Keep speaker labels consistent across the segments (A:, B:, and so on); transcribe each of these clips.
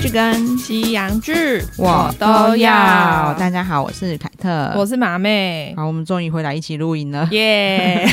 A: 去跟西洋剧
B: 我都要。大家好，我是凯特。
A: 我是马妹，
B: 好，我们终于回来一起录影了。
A: 耶！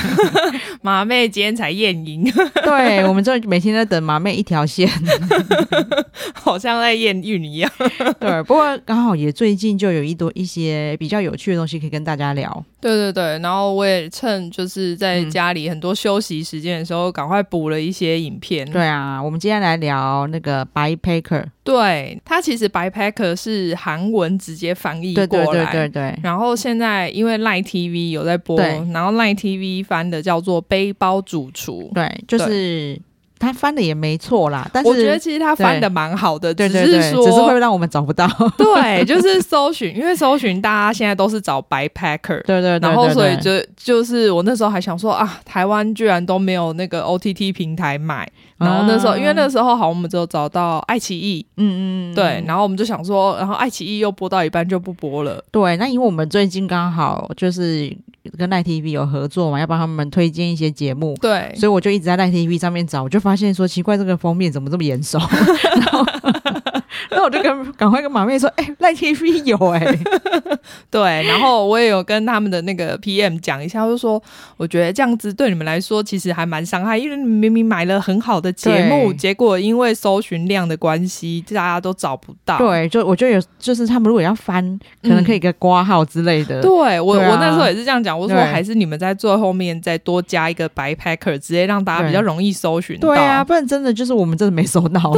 A: 马妹今天才验营，
B: 对，我们终于每天在等马妹一条线。
A: 好像在验孕一样。
B: 对，不过刚好也最近就有一多一些比较有趣的东西可以跟大家聊。
A: 对对对，然后我也趁就是在
B: 嗯
A: 家里很多休息时间的时候，赶快补了一些影片。
B: 对啊，我们今天来聊那个白 packer。
A: 对，它其实白 packer 是韩文直接翻译
B: 对
A: 过
B: 对
A: 来。
B: 对对对，
A: 然后现在因为 Line TV 有在播，
B: 对
A: 然后 Line TV 翻的叫做《背包主厨》，
B: 对，就是他翻的也没错啦，但是
A: 我觉得其实它翻
B: 对
A: 的蛮好的，
B: 对对
A: 只
B: 对，
A: 是说
B: 只是会让我们找不到。
A: 对，就是搜寻，因为搜寻大家现在都是找白 packer。
B: 对对对对
A: 然后，所以
B: 对
A: 就就是我那时候还想说啊，台湾居然都没有那个 OTT 平台买。然后那时候，因为那时候好，我们只有找到爱奇艺，
B: 啊嗯嗯嗯嗯
A: 对。然后我们就想说，然后爱奇艺又播到一半就不播了。
B: 对，那因为我们最近刚好就是跟奈 TV 有合作嘛，要帮他们推荐一些节目。
A: 对，
B: 所以我就一直在奈 TV 上面找，我就发现说奇怪，这个封面怎么这么眼 熟？然后，然后我就跟赶快跟马妹说，哎、奈 TV 有哎、
A: 对，然后我也有跟他们的那个 PM 讲一下，我就说我觉得这样子对你们来说其实还蛮伤害，因为你们明明买了很好的节目，
B: 对
A: 结果因为搜寻量的关系，大家都找不到。
B: 对，就我觉得有，就是他们如果要翻，可能可以一个挂号之类的。
A: 嗯对我、
B: 对啊
A: 我那时候也是这样讲，我说
B: 对
A: 还是你们在最后面再多加一个白 packer，直接让大家
B: 对
A: 比较容易搜寻到。
B: 对啊，不然真的就是我们真的没收到、欸。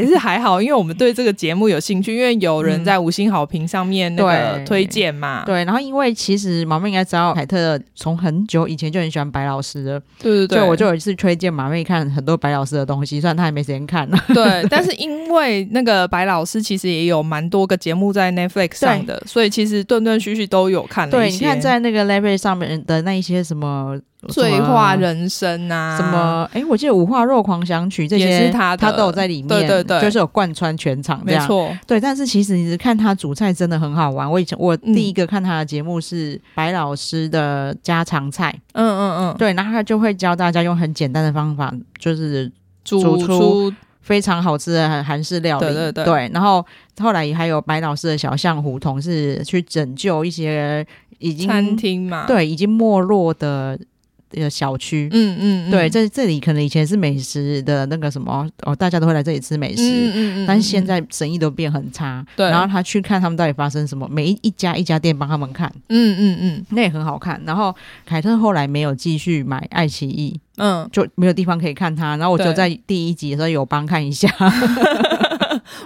A: 对，啊是还好，因为我们对这个节目有兴趣，因为有人在五星好评上面那个
B: 嗯对
A: 推荐嘛。
B: 对，然后因为其实毛妹应该知道，凯特从很久以前就很喜欢白老师的，
A: 对对
B: 所
A: 对，
B: 以我就有一次推荐马妹看很多白老师的东西，虽然她还没时间看呢。
A: 对，但是因为那个白老师其实也有蛮多个节目在 Netflix 上的，所以其实断断续续都有看 了
B: 对，
A: 一
B: 你
A: 些。
B: 看在那个 level 上面的那一些什么
A: 醉话、人生啊，
B: 什么什么，哎，我记得五花肉狂想曲这
A: 也
B: 些，
A: 是她的
B: 她都有在里面，
A: 对对对
B: 就是有贯穿全场这
A: 没
B: 样。
A: 错，
B: 对，但是其实你看她煮菜真的很好玩。我以前我
A: 嗯
B: 第一个看她的节目是白老师的家常菜，
A: 嗯嗯嗯，
B: 对，然后她就会教大家用很简单的方法，就是
A: 主
B: 主
A: 出
B: 厨非常好吃的韩韩式料理。
A: 对对对
B: 然后后来也还有白老师的小巷胡同是去拯救一些已经
A: 餐厅嘛，，
B: 对已经没落的呃小区。
A: 嗯嗯，嗯
B: 对，，这这里可能以前是美食的那个什么哦，大家都会来这里吃美食，
A: 嗯嗯嗯，
B: 但是现
A: 嗯
B: 在生意都变很差。
A: 对
B: 然后他去看他们到底发生什么，每一一家一家店帮他们看，
A: 嗯嗯嗯
B: 那也很好看。然后凯特后来没有继续买爱奇艺，
A: 嗯，
B: 就没有地方可以看他，然后我
A: 对
B: 就在第一集的时候有帮看一下，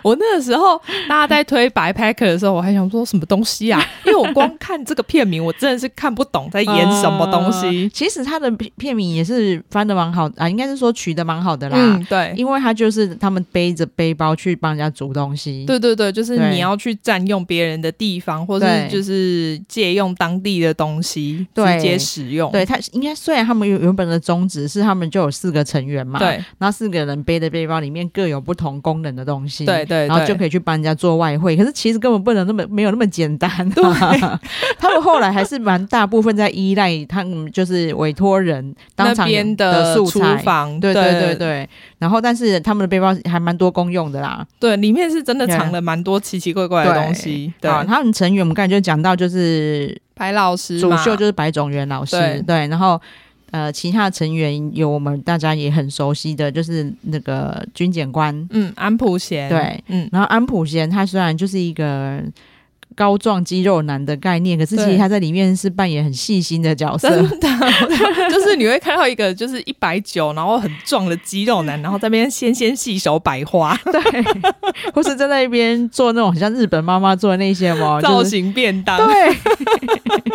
A: 我那个时候大家在推白 packer 的时候，我还想说什么东西啊？因为我 光看这个片名，我真的是看不懂在演什么东
B: 呃
A: 西。
B: 其实他的片片名也是翻的蛮好啊，应该是说取的蛮好的啦，
A: 嗯，对，
B: 因为他就是他们背着背包去帮人家煮东西。
A: 对对对，就是
B: 对
A: 你要去占用别人的地方，或是
B: 对
A: 就是借用当地的东西
B: 对
A: 直接使用。
B: 对他应该虽然他们原原本的宗旨是他们就有四个成员嘛，，
A: 对
B: 然后四个人背的背包里面各有不同功能的东西，
A: 对对，
B: 然后就可以
A: 以。
B: 去帮人家做外汇。可是其实根本不能那么没有那么简单、啊
A: 对
B: 他们后来还是蛮大部分在依赖他们就是委托人当
A: 那
B: 场
A: 边
B: 的素
A: 厨
B: 材。
A: 房，
B: 对对
A: 对
B: 对对，然后但是他们的背包还蛮多公用的啦。
A: 对里面是真的
B: 对
A: 藏了蛮多奇奇怪怪的东西。对，
B: 啊，他们成员我们刚才就讲到，就是
A: 白老师
B: 主
A: 嘛
B: 秀就是白种元老师，
A: 对
B: 对，然后呃，其他成员有我们大家也很熟悉的，就是那个军检官，
A: 嗯安普贤，
B: 对，
A: 嗯
B: 然后安普贤他虽然就是一个。高壮肌肉男的概念，可是其
A: 对
B: 实他在里面是扮演很细心的角色，
A: 真的， 就是你会看到一个就是一百九，然后很壮的肌肉男，然后在那边纤纤细手摆花，
B: 对， 或是在那边做那种很像日本妈妈做的那些嘛，
A: 造
B: 就是
A: 型便当。
B: 对，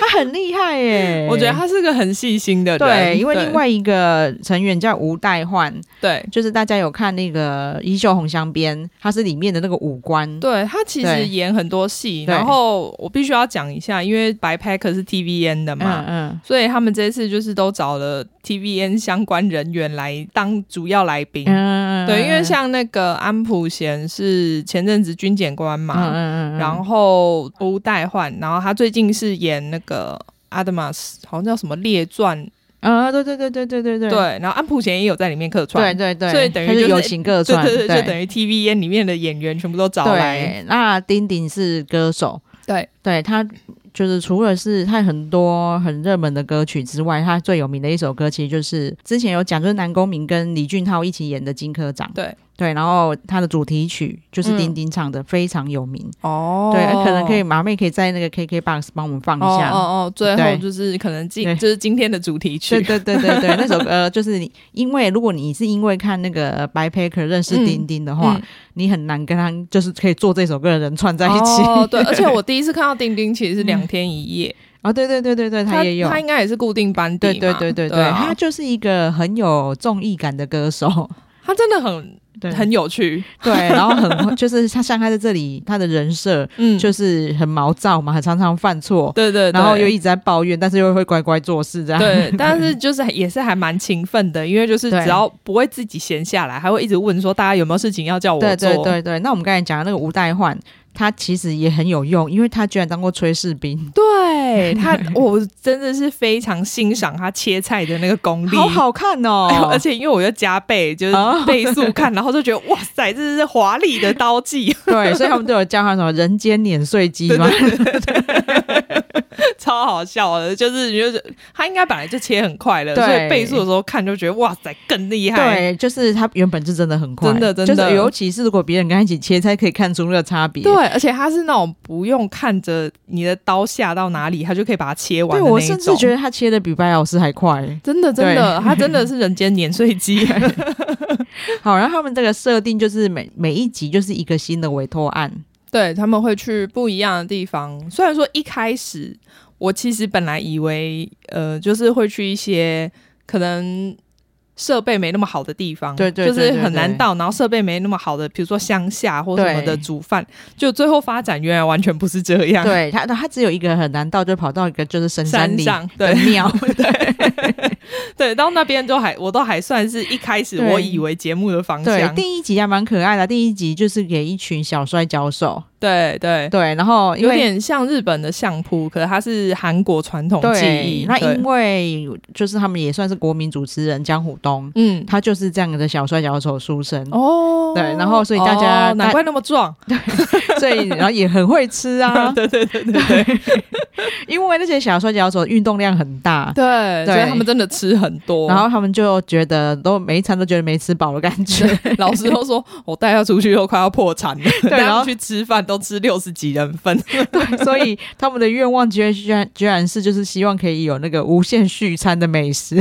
B: 他很厉害耶！
A: 我觉得他是个很细心的人，
B: 对，因为另外一个成员叫吴代焕，
A: 对
B: 就是大家有看那个《衣袖红香边》，他是里面的那个五官。
A: 对他其实
B: 对
A: 演很多戏，
B: 对
A: 然后我必须要讲一下，因为白 pack 是 TVN 的嘛。
B: 嗯嗯，
A: 所以他们这次就是都找了 TVN 相关人员来当主要来宾，
B: 嗯
A: 对，因为像那个安普贤是前阵子军检官嘛，
B: 嗯嗯嗯，
A: 然后吴代焕，然后他最近是演那个阿德玛斯，好像叫什么列传
B: 啊，对对对对对对对
A: 对，然后安普贤也有在里面客串，
B: 对对对，
A: 所以等于
B: 他
A: 就是是
B: 友情客
A: 对
B: 串，
A: 对对，就
B: 对
A: 等于 TVN 里面的演员全部都找来，
B: 对那丁丁是歌手，
A: 对
B: 对他就是除了是他很多很热门的歌曲之外，他最有名的一首歌其实就是之前有讲，就是南宫珉跟李俊浩一起演的《金科长》，
A: 对
B: 对，然后他的主题曲就是
A: 嗯
B: 丁丁唱的，非常有名。
A: 哦
B: 对，可能可以马妹可以在那个 KKBOX 帮我们放一
A: 哦
B: 下。
A: 哦哦，最后
B: 对
A: 就是可能今
B: 对
A: 就是今天的主题
B: 对
A: 曲，
B: 对对对对，那首歌就是你，因为如果你是因为看那个白 Packer 认识丁丁的话，
A: 嗯
B: 你很难跟他就是可以做这首歌的人串在一起。
A: 哦，对，而且我第一次看到丁丁其实是两天一夜，
B: 啊，对对对对对，
A: 他
B: 也有，
A: 他应该也是固定班底
B: 对
A: 嘛，
B: 对对对
A: 对
B: 对，
A: 啊
B: 他就是一个很有综艺感的歌 手，
A: 他真的很
B: 对
A: 很有趣，
B: 对，然后很就是他像他在这里，他的人设
A: 嗯，
B: 就是很毛躁嘛，很常常犯错，
A: 对对，对
B: 然后又一直在抱怨，但是又会乖乖做事这样。
A: 对，但是就是也是还蛮勤奋的，因为就是
B: 对
A: 只要不会自己闲下来，还会一直问说大家有没有事情要叫 我
B: 对
A: 做。
B: 对对对，那我们刚才讲的那个吴代焕，他其实也很有用，因为他居然当过炊事兵，
A: 对他，我真的是非常欣赏他切菜的那个功力。
B: 好好看哦
A: 哎，而且因为我又加倍，就是
B: 哦
A: 倍速看，然后就觉得哇塞，这是华丽的刀技，
B: 对，所以他们都有叫他什么“人间碾碎机”嘛，
A: 超好笑的。就是你就是他应该本来就切很快了，
B: 对
A: 所以倍速的时候看就觉得哇塞更厉害。
B: 对，就是他原本是真的很快，
A: 真的真的
B: 就是尤其是如果别人跟他一起切，才可以看出那个差别。
A: 对，而且他是那种不用看着你的刀下到哪里，他就可以把它切完
B: 对，
A: 的那一种。
B: 我甚至觉得他切的比白老师还快。
A: 真的，真
B: 对
A: 的，他真的是人间碾碎机。
B: 好，然后他们这个设定就是每每一集就是一个新的委托案，
A: 对，他们会去不一样的地方。虽然说一开始我其实本来以为，呃，就是会去一些可能设备没那么好的地方，
B: 对对
A: 就
B: 对
A: 是
B: 对
A: 很难
B: 对
A: 到，然后设备没那么好的，比如说乡下或什么的
B: 对
A: 煮饭，就最后发展原来完全不是这样。
B: 对他，他只有一个很难到，就跑到一个就是深
A: 山
B: 里
A: 上
B: 的
A: 对
B: 庙，
A: 对，到那边都还我都还算是一开始
B: 对
A: 我以为节目的方
B: 对，
A: 向，
B: 第一集还蛮可爱的。啊第一集就是给一群小摔跤手，
A: 对对，
B: 对，然后因
A: 有
B: 为
A: 点像日本的相扑，可是它是韩国传统技
B: 对
A: 艺，，
B: 那
A: 对
B: 因为就是他们也算是国民主持人江虎东，
A: 嗯，
B: 他就是这样的小摔跤手出身，
A: 哦，
B: 嗯对然后所以大家
A: 哦难
B: 大
A: 怪那么壮，，
B: 所以然后也很会吃啊
A: 对对对对对
B: 因为那些小摔跤手运动量很大。
A: 对，所以他们真的吃很多。
B: 然后他们就觉得都每一餐都觉得没吃饱的感觉，
A: 老师都说， 我带他出去又快要破产 了，带
B: 然
A: 他
B: 后
A: 去吃饭都吃六十几人份，
B: 所以他们的愿望居然居然居然是就是希望可以有那个无限续餐的美食，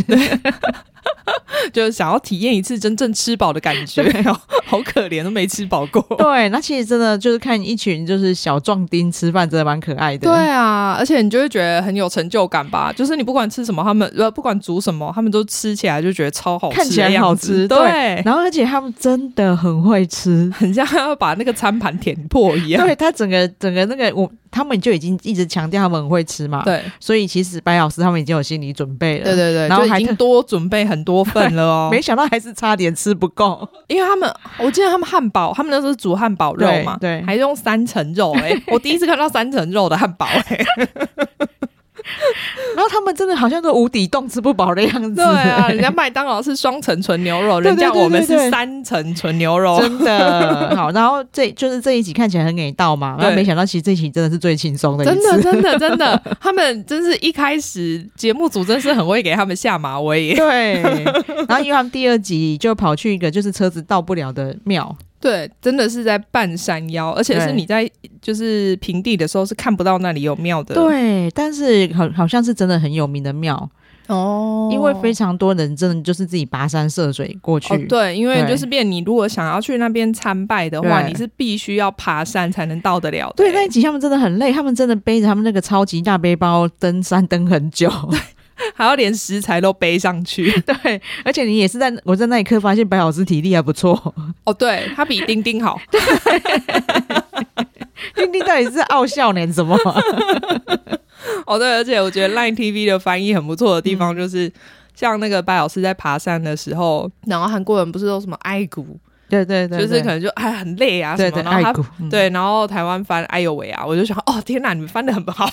A: 就是想要体验一次真正吃饱的感觉， 好可怜，都没吃饱过。
B: 对，那其实真的就是看一群就是小壮丁吃饭，真的蛮可爱的。
A: 对啊，而且你就会觉得很有成就感吧？就是你不管吃什么，他们呃不管煮什么，他们都吃起来就觉得超好吃，
B: 看起来好吃
A: 对，。
B: 对然后而且他们真的很会吃
A: 很像要把那个餐盘舔破一样。
B: 对他整个整个那个我，他们就已经一直强调他们很会吃嘛，，
A: 对，
B: 所以其实白老师他们已经有心理准备了，
A: 啊对对对，
B: 然后
A: 就
B: 还
A: 已经
B: 特
A: 多准备很多份了 哦。
B: 没想到还是差点吃不够，
A: 因为他们，我记得他们汉堡，他们那时候煮汉堡肉嘛，
B: 对对
A: 还用三层肉 哎、我第一次看到三层肉的汉堡 哎、
B: 然后他们真的好像都无底洞吃不饱的样子，
A: 对啊，人家麦当劳是双层纯牛肉，
B: 对
A: 人
B: 对
A: 家我们
B: 对对
A: 是
B: 对
A: 三层纯牛 肉，
B: 真的好。然后这就是这一集看起来很给到嘛，然后
A: 对
B: 没想到其实这一集真的是最轻松的一
A: 真
B: 次，
A: 的真的真 的，他们真是一开始节目组真是很会给他们下马威。
B: 对，然后因为他们第二集就跑去一个就是车子到不了的庙，
A: 对，真的是在半山腰，而且是
B: 对
A: 你在就是平地的时候是看不到那里有庙的。
B: 对，但是好好像是真的很有名的庙，
A: 哦
B: 因为非常多人真的就是自己跋山涉水过去，
A: 哦，对，因为
B: 对
A: 就是变，你如果想要去那边参拜的话，
B: 对
A: 你是必须要爬山才能到得了的、
B: 对那一集他们真的很累，他们真的背着他们那个超级大背包登山登很久，
A: 还要连食材都背上去。
B: 对，而且你也是在我在那一刻发现白老师体力还不错，
A: 哦，对，它比丁丁好。
B: 丁丁到底是傲笑年什么 啊、
A: 哦，对，而且我觉得 Line TV 的翻译很不错的地
B: 嗯
A: 方就是。像那个白老师在爬山的时候，然后韩国人不是都什么爱谷，
B: 对对对，
A: 就是可
B: 对
A: 能就哎很累啊什
B: 对对
A: 么，然后
B: 爱
A: 他
B: 谷，嗯
A: 对，然后台湾 翻哎呦喂啊，我就想哦天哪，你们翻的很好，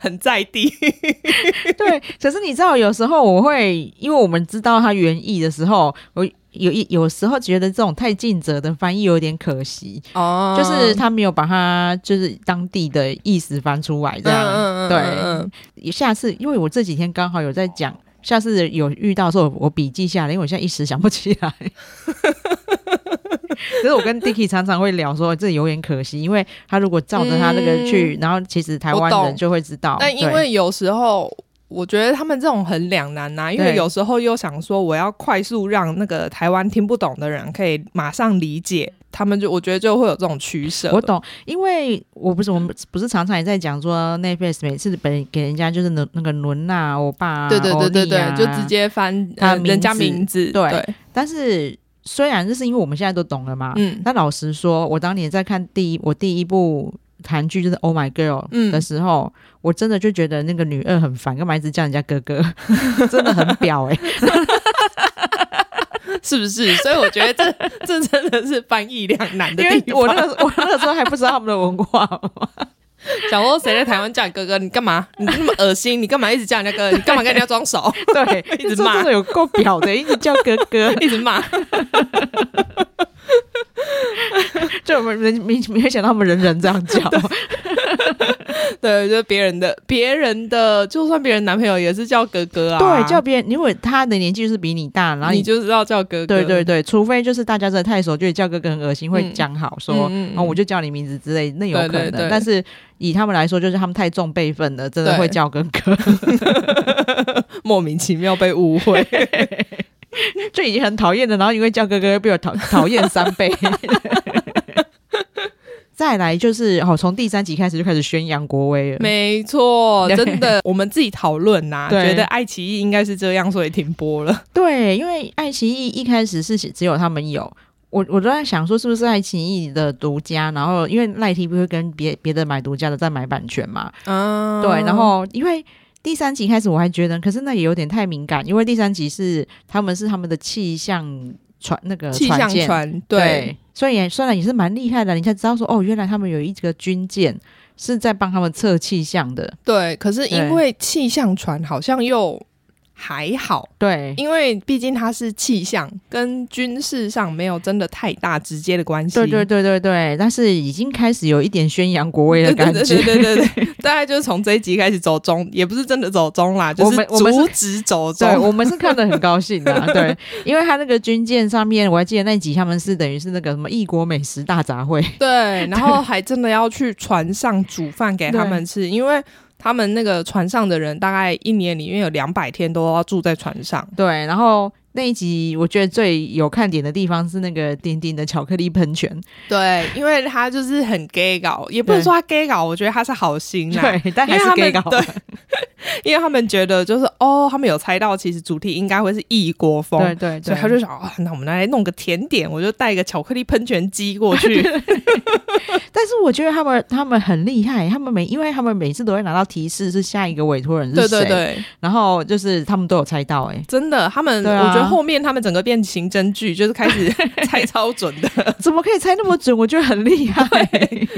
A: 很在地。
B: 对， 对，可是你知道，有时候我会，因为我们知道它原意的时候，我有一有时候觉得这种太尽责的翻译有点可惜，
A: 哦
B: 就是他没有把它就是当地的意思翻出来这
A: 嗯
B: 样。对，下次因为我这几天刚好有在讲，下次有遇到的时候，我笔记下来，因为我现在一时想不起 来。可是我跟 Dicky 常常会聊说，这有点可惜，因为他如果照着他那个去，然后其实台
A: 嗯我
B: 湾
A: 懂
B: 人就会知道。
A: 但因
B: 对
A: 为有时候。我觉得他们这种很两难啊呐、因为
B: 对
A: 有时候又想说我要快速让那个台湾听不懂的人可以马上理解，他们就我觉得就会有这种取舍。
B: 我懂，因为我不是我们不是常常也在讲说 Netflix 每次本给人家就是那那个伦纳欧巴、啊，
A: 对对对对对，
B: 欧尼啊
A: 就直。接翻
B: 他
A: 呃
B: 的名字
A: 人家名字，
B: 对
A: 对，
B: 但是虽然这是因为我们现在都懂了嘛，
A: 嗯
B: 但老实说，我当年在看第一我第一部韩剧就是《Oh My Girl
A: 嗯》
B: 的时候，我真的就觉得那个女二很烦，干嘛一直叫人家哥哥， 真的很婊哎、
A: 是不是？所以我觉得这这真的是翻译两难的
B: 因
A: 地
B: 为
A: 方。
B: 我那个我那个时候还不知道他们的文 化，
A: 想说谁在台湾叫你哥哥，你干嘛？你那么恶心，你干嘛一直叫人家哥 哥？你干嘛跟人家装熟，
B: 对，
A: 一直
B: 那时候
A: 骂
B: 真的有够婊的，一直叫哥 哥。
A: 一直骂？
B: 就我们人没没有想到他们人人这样叫，
A: 对，就是别人的，别人的，就算别人男朋友也是叫哥哥啊，
B: 对，叫别人，因为他的年纪就是比你大，然后
A: 你就知道叫哥哥，
B: 对对对，除非就是大家真的太熟，觉得叫哥哥很恶心，会
A: 嗯
B: 讲好说，
A: 嗯嗯嗯
B: 然后我就叫你名字之类，那有可
A: 对
B: 能。
A: 对对
B: 但是以他们来说，就是他们太重辈分了，真的
A: 对
B: 会叫哥哥，
A: 莫名其妙被误 会，
B: 就已经很讨厌了，然后因为叫哥哥又被我讨 讨厌三倍。再来就是哦，从第三集开始就开始宣扬国威了。
A: 没 错，
B: 对
A: 真的，我们自己讨论呐，
B: 对
A: 觉得爱奇艺应该是这样，所以停播了。
B: 对，因为爱奇艺一开始是只有他们有，我我都在想说是不是爱奇艺的独家，然后因为赖 TV 会跟别别的买独家的再买版权嘛，
A: 啊
B: 对，然后因为。第三集开始我还觉得，可是那也有点太敏感，因为第三集是他们是他们的气象船那个
A: 呃气象
B: 舰，
A: 船，
B: 对，
A: 对，
B: 所以也虽然也是蛮厉害的，你才知道说哦，原来他们有一个军舰是在帮他们测气象的，
A: 对，可是
B: 对
A: 因为气象船好像又还好，
B: 对，
A: 因为毕竟它是气象，跟军事上没有真的太大直接的关系。
B: 对对对对对，但是已经开始有一点宣扬国威的
A: 对
B: 感
A: 对
B: 觉，
A: 对对对对对，大概就是从这一集开始走中，也不是真的走中啦，就
B: 我
A: 是
B: 们我们是
A: 阻止走
B: 对，
A: 中。
B: 我们是看得很高兴的、啊，对，因为他那个军舰上面，我还记得那集他们是等于是那个什么异国美食大杂烩，
A: 对，然后还真的要去船上煮饭给他们吃，因为他们那个船上的人大概一年里面有两百天都要住在船上。
B: 对，然后那一集我觉得最有看点的地方是那个丁丁的巧克力喷泉，
A: 对，因为他就是很 gay 搞，也不能
B: 对
A: 说他 gay 搞，我觉得他是好心啦。
B: 对，但还
A: 嗯啊因为
B: 是
A: 他们
B: gay 搞，
A: 对因为他们觉得就是哦，他们有猜到，其实主题应该会是异国风，
B: 对对
A: 所
B: 对，
A: 以他就想啊、那我们来弄个甜点，我就带一个巧克力喷泉机过 去。
B: 但是我觉得他们他们很厉害，他们每因为他们每次都会拿到提示是下一个委托人是
A: 对
B: 谁，
A: 对对，
B: 然后就是他们都有猜到、 欸，
A: 真的，他们、
B: 对啊
A: 我觉得后面他们整个变刑侦剧，就是开 始猜超准的，
B: 怎么可以猜那么准？我觉得很 厉害，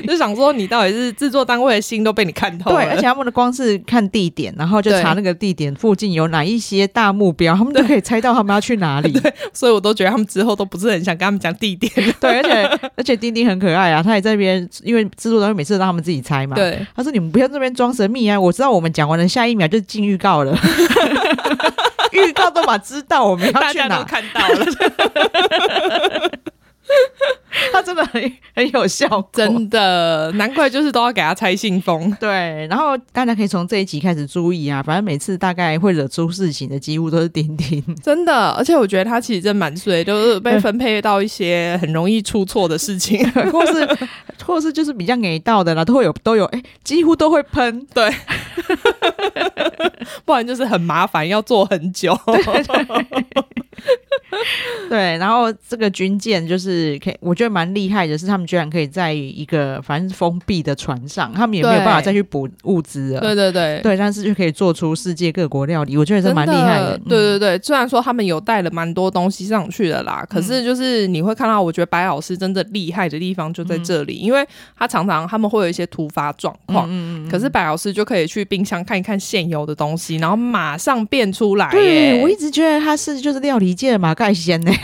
A: 就想说你到底是制作单位的心都被你看透了。
B: 对，而且他们的光是看地点，然后就
A: 对
B: 查那个地点附近有哪一些大目标，他们都可以猜到他们要去哪 里。对，
A: 所以我都觉得他们之后都不是很想跟他们讲地点。
B: 而且而且丁丁很可爱啊，他也在那边，因为制作单位每次都让他们自己猜嘛。。
A: 对，
B: 他说：“你们不要这边装神秘啊！我知道我们讲完了，下一秒就进预告了。 预告都把知道我们要
A: 大
B: 去
A: 家都
B: 哪，
A: 看到了，
B: 他真的很很有效果。
A: 真的，难怪就是都要给他拆信封。
B: 对，然后大家可以从这一集开始注意啊，反正每次大概会惹出事情的几乎都是丁丁。
A: 真的，而且我觉得他其实真蛮衰，就是被分配到一些很容易出错的事情。
B: 或是或是就是比较给到的啦，都会有都有，哎、几乎都会喷。
A: 不然就是很麻烦，要做很久。
B: 对，然后这个军舰就是可以，我觉得蛮厉害的，是他们居然可以在一个反正封闭的船上，他们也没有办法再去补物资了。
A: 对对对
B: 对，但是就可以做出世界各国料理，我觉得
A: 真
B: 这
A: 的
B: 蛮厉害的。嗯
A: 对对对，虽然说他们有带了蛮多东西上去的
B: 嗯
A: 啦，可是就是你会看到，我觉得白老师真的厉害的地方就
B: 嗯
A: 在这里，因为他常常他们会有一些突发状况，
B: 嗯嗯嗯
A: 可是白老师就可以去冰箱看一看现有的东西，然后马上变出来耶。
B: 对我一直觉得他是就是料理界的马盖先呢、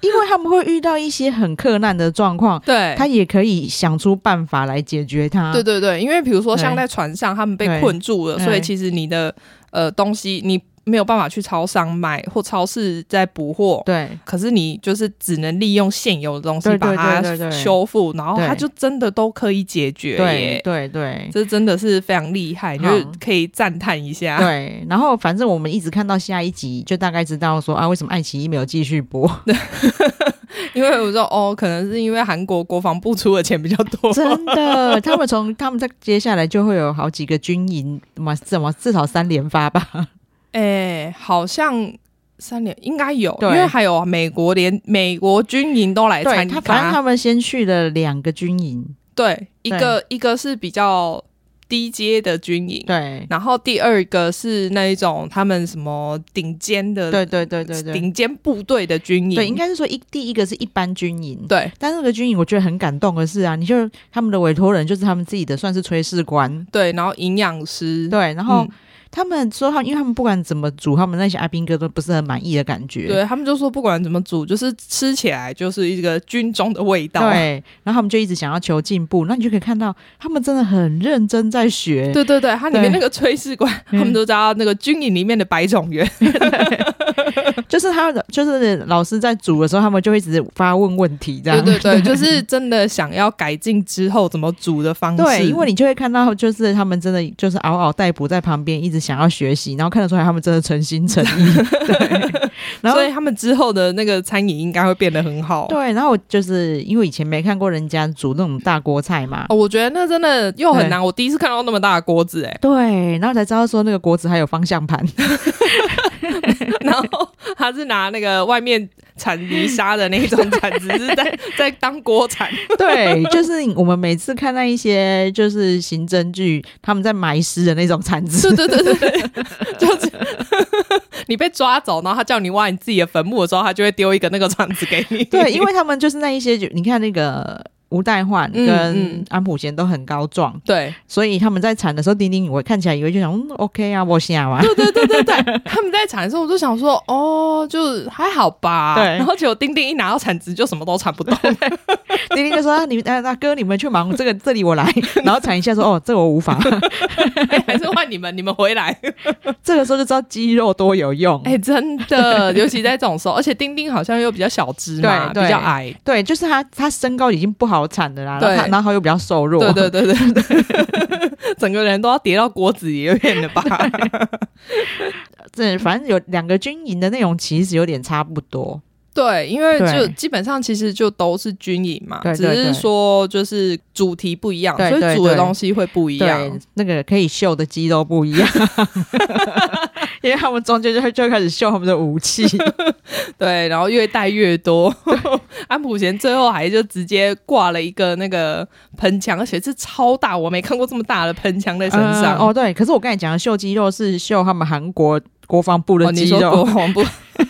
B: 因为他们会遇到一些很克难的状况，
A: 对
B: 他也可以想出办法来解决它。
A: 对对对，因为比如说像
B: 对
A: 在船上，他们被
B: 对
A: 困住了，
B: 对
A: 所以其实你的呃东西你没有办法去超商买或超市在补货。
B: 对
A: 可是你就是只能利用现有的东西
B: 对对
A: 把它
B: 对对对
A: 修复，然后
B: 对
A: 它就真的都可以解决
B: 对
A: 耶！
B: 对对嗯
A: 这真的是非常厉害，你就是可以赞叹一下。
B: 对，然后反正我们一直看到下一集，就大概知道说啊，为什么爱奇艺没有继续播？
A: 因为我说哦，可能是因为韩国国防部出的钱比较多，
B: 真的，他们从他们在接下来就会有好几个军营嘛，怎么至少三连发吧？
A: 哎、好像三年应该有，因
B: 对
A: 为还有美国连美国军营都来
B: 对
A: 参
B: 他，
A: 加，
B: 反正他们先去了两个军营，
A: 对，一个一个是比较低阶的军营，
B: 对，
A: 然后第二个是那一种他们什么顶尖的，
B: 对对对对对，
A: 顶尖部队的军营，
B: 对，应该是说一第一个是一般军营。
A: 对
B: 但那个军营我觉得很感动的是啊，你就他们的委托人就是他们自己的算是炊事官，
A: 对，然后营养师，
B: 对，然后
A: 嗯
B: 他们说他们，因为他们不管怎么煮，他们那些阿兵哥都不是很满意的感觉，
A: 对他们就说不管怎么煮，就是吃起来就是一个军中的味道，
B: 对，然后他们就一直想要求进步，那你就可以看到他们真的很认真在学，
A: 对对对，它里面
B: 对
A: 那个炊事官，
B: 嗯
A: 他们都叫那个军营里面的白种人，
B: 就是他的就是老师在煮的时候，他们就会一直发问问题这
A: 对
B: 样。
A: 对 对，就是真的想要改进之后怎么煮的方式，
B: 对，因为你就会看到，就是他们真的就是嗷嗷待哺在旁边，一直想要学习，然后看得出来他们真的诚心诚 意。对，然后
A: 所以他们之后的那个餐饮应该会变得很好，
B: 对，啊然后我就是因为以前没看过人家煮那种大锅菜嘛，
A: 哦，我觉得那真的又很难。我第一次看到那么大的锅子、欸，
B: 对，然后才知道说那个锅子还有方向 盘，
A: 然后他是拿那个外面铲泥沙的那种铲子，是在在当锅铲。
B: 对，就是我们每次看那一些就是刑侦剧，他们在埋尸的那种铲子，
A: 对对对对， 对就是你被抓走，然后他叫你挖你自己的坟墓的时候，他就会丢一个那个铲子给你。
B: 对，因为他们就是那一些，就你看那个吴代焕
A: 嗯
B: 跟
A: 嗯
B: 安普贤都很高壮，
A: 对
B: 所以他们在铲的时候，丁丁我看起来以为就想、嗯、OK 啊，我下嘛。
A: 对对对对对，他们在铲的时候，我就想说，哦，就还好吧。
B: 对
A: 然后结果丁丁一拿到铲子，就什么都铲 不动。
B: 丁丁就说：“啊你们啊，大哥，你们去忙，这个这里我 来。”然后铲一下说：“哦，这个我无法。
A: 哎还是换你们，你们回来。”
B: 这个时候就知道肌肉多有用。
A: 哎、真 的，尤其在这种时候，而且丁丁好像又比较小只嘛，
B: 对对
A: 比较矮。
B: 对，就是他，他身高已经不好铲的啦，然
A: 对
B: 后他然后他又比较瘦弱，
A: 对对对对对， 整个人都要跌到锅子里面了吧？
B: 这反正有两个军营的内容其实有点差不多，
A: 对，因为
B: 对
A: 就基本上其实就都是军营嘛，
B: 对
A: 只
B: 对
A: 是
B: 对
A: 说就是主题不一样，
B: 对
A: 所以
B: 对
A: 煮的
B: 对
A: 东西会不一
B: 对
A: 样。，
B: 那个可以秀的肌肉不一 样，因为他们中间就会就会开始秀他们的武器，
A: 对，然后越带越多。 安普贤最后还就直接挂了一个那个喷枪，而且是超大，我没看过这么大的喷枪在身上。
B: 嗯哦，对，可是我刚才讲的秀肌肉是秀他们韩国国防部
A: 哦，
B: 的
A: 你
B: 肌
A: 说国
B: 肉，
A: 防部，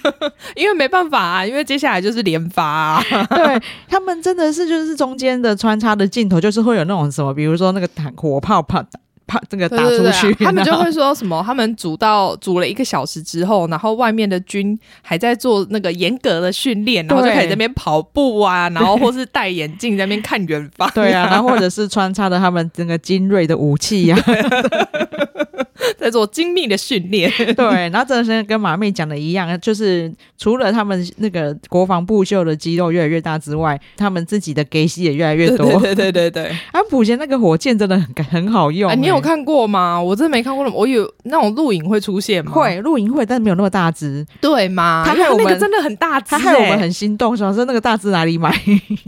A: 因为没办法啊，因为接下来就是连发、啊，
B: 对他们真的是就是中间的穿插的镜头，就是会有那种什么，比如说那个弹火炮炮炮这呃个打
A: 对
B: 出
A: 对对
B: 去，
A: 他们就
B: 然后
A: 会说什么，他们煮到煮了一个小时之后，然后外面的军还在做那个严格的训练，然后就
B: 对
A: 可以在那边跑步啊，然后或是戴眼镜在那边看远方、
B: 对啊，然后或者是穿插了他们整个精锐的武器啊 呀、
A: 在做精密的训练。
B: 对，然后真的是跟马妹讲的一样，就是除了他们那个国防部秀的肌肉越来越大之外，他们自己的 gay 戏也越来越
A: 对
B: 多。
A: 对对对对对。
B: 安普贤那个火箭真的很很好用、
A: 哎，你有
B: 欸
A: 看过吗？我真的没看过那么，我有那种录影会出现吗？
B: 会露营会，但没有那么大只。
A: 对吗？
B: 他
A: 因为
B: 害我
A: 那个
B: 们
A: 真的很大只、
B: 他
A: 欸，
B: 害我们很心动，想说那个大只哪里买？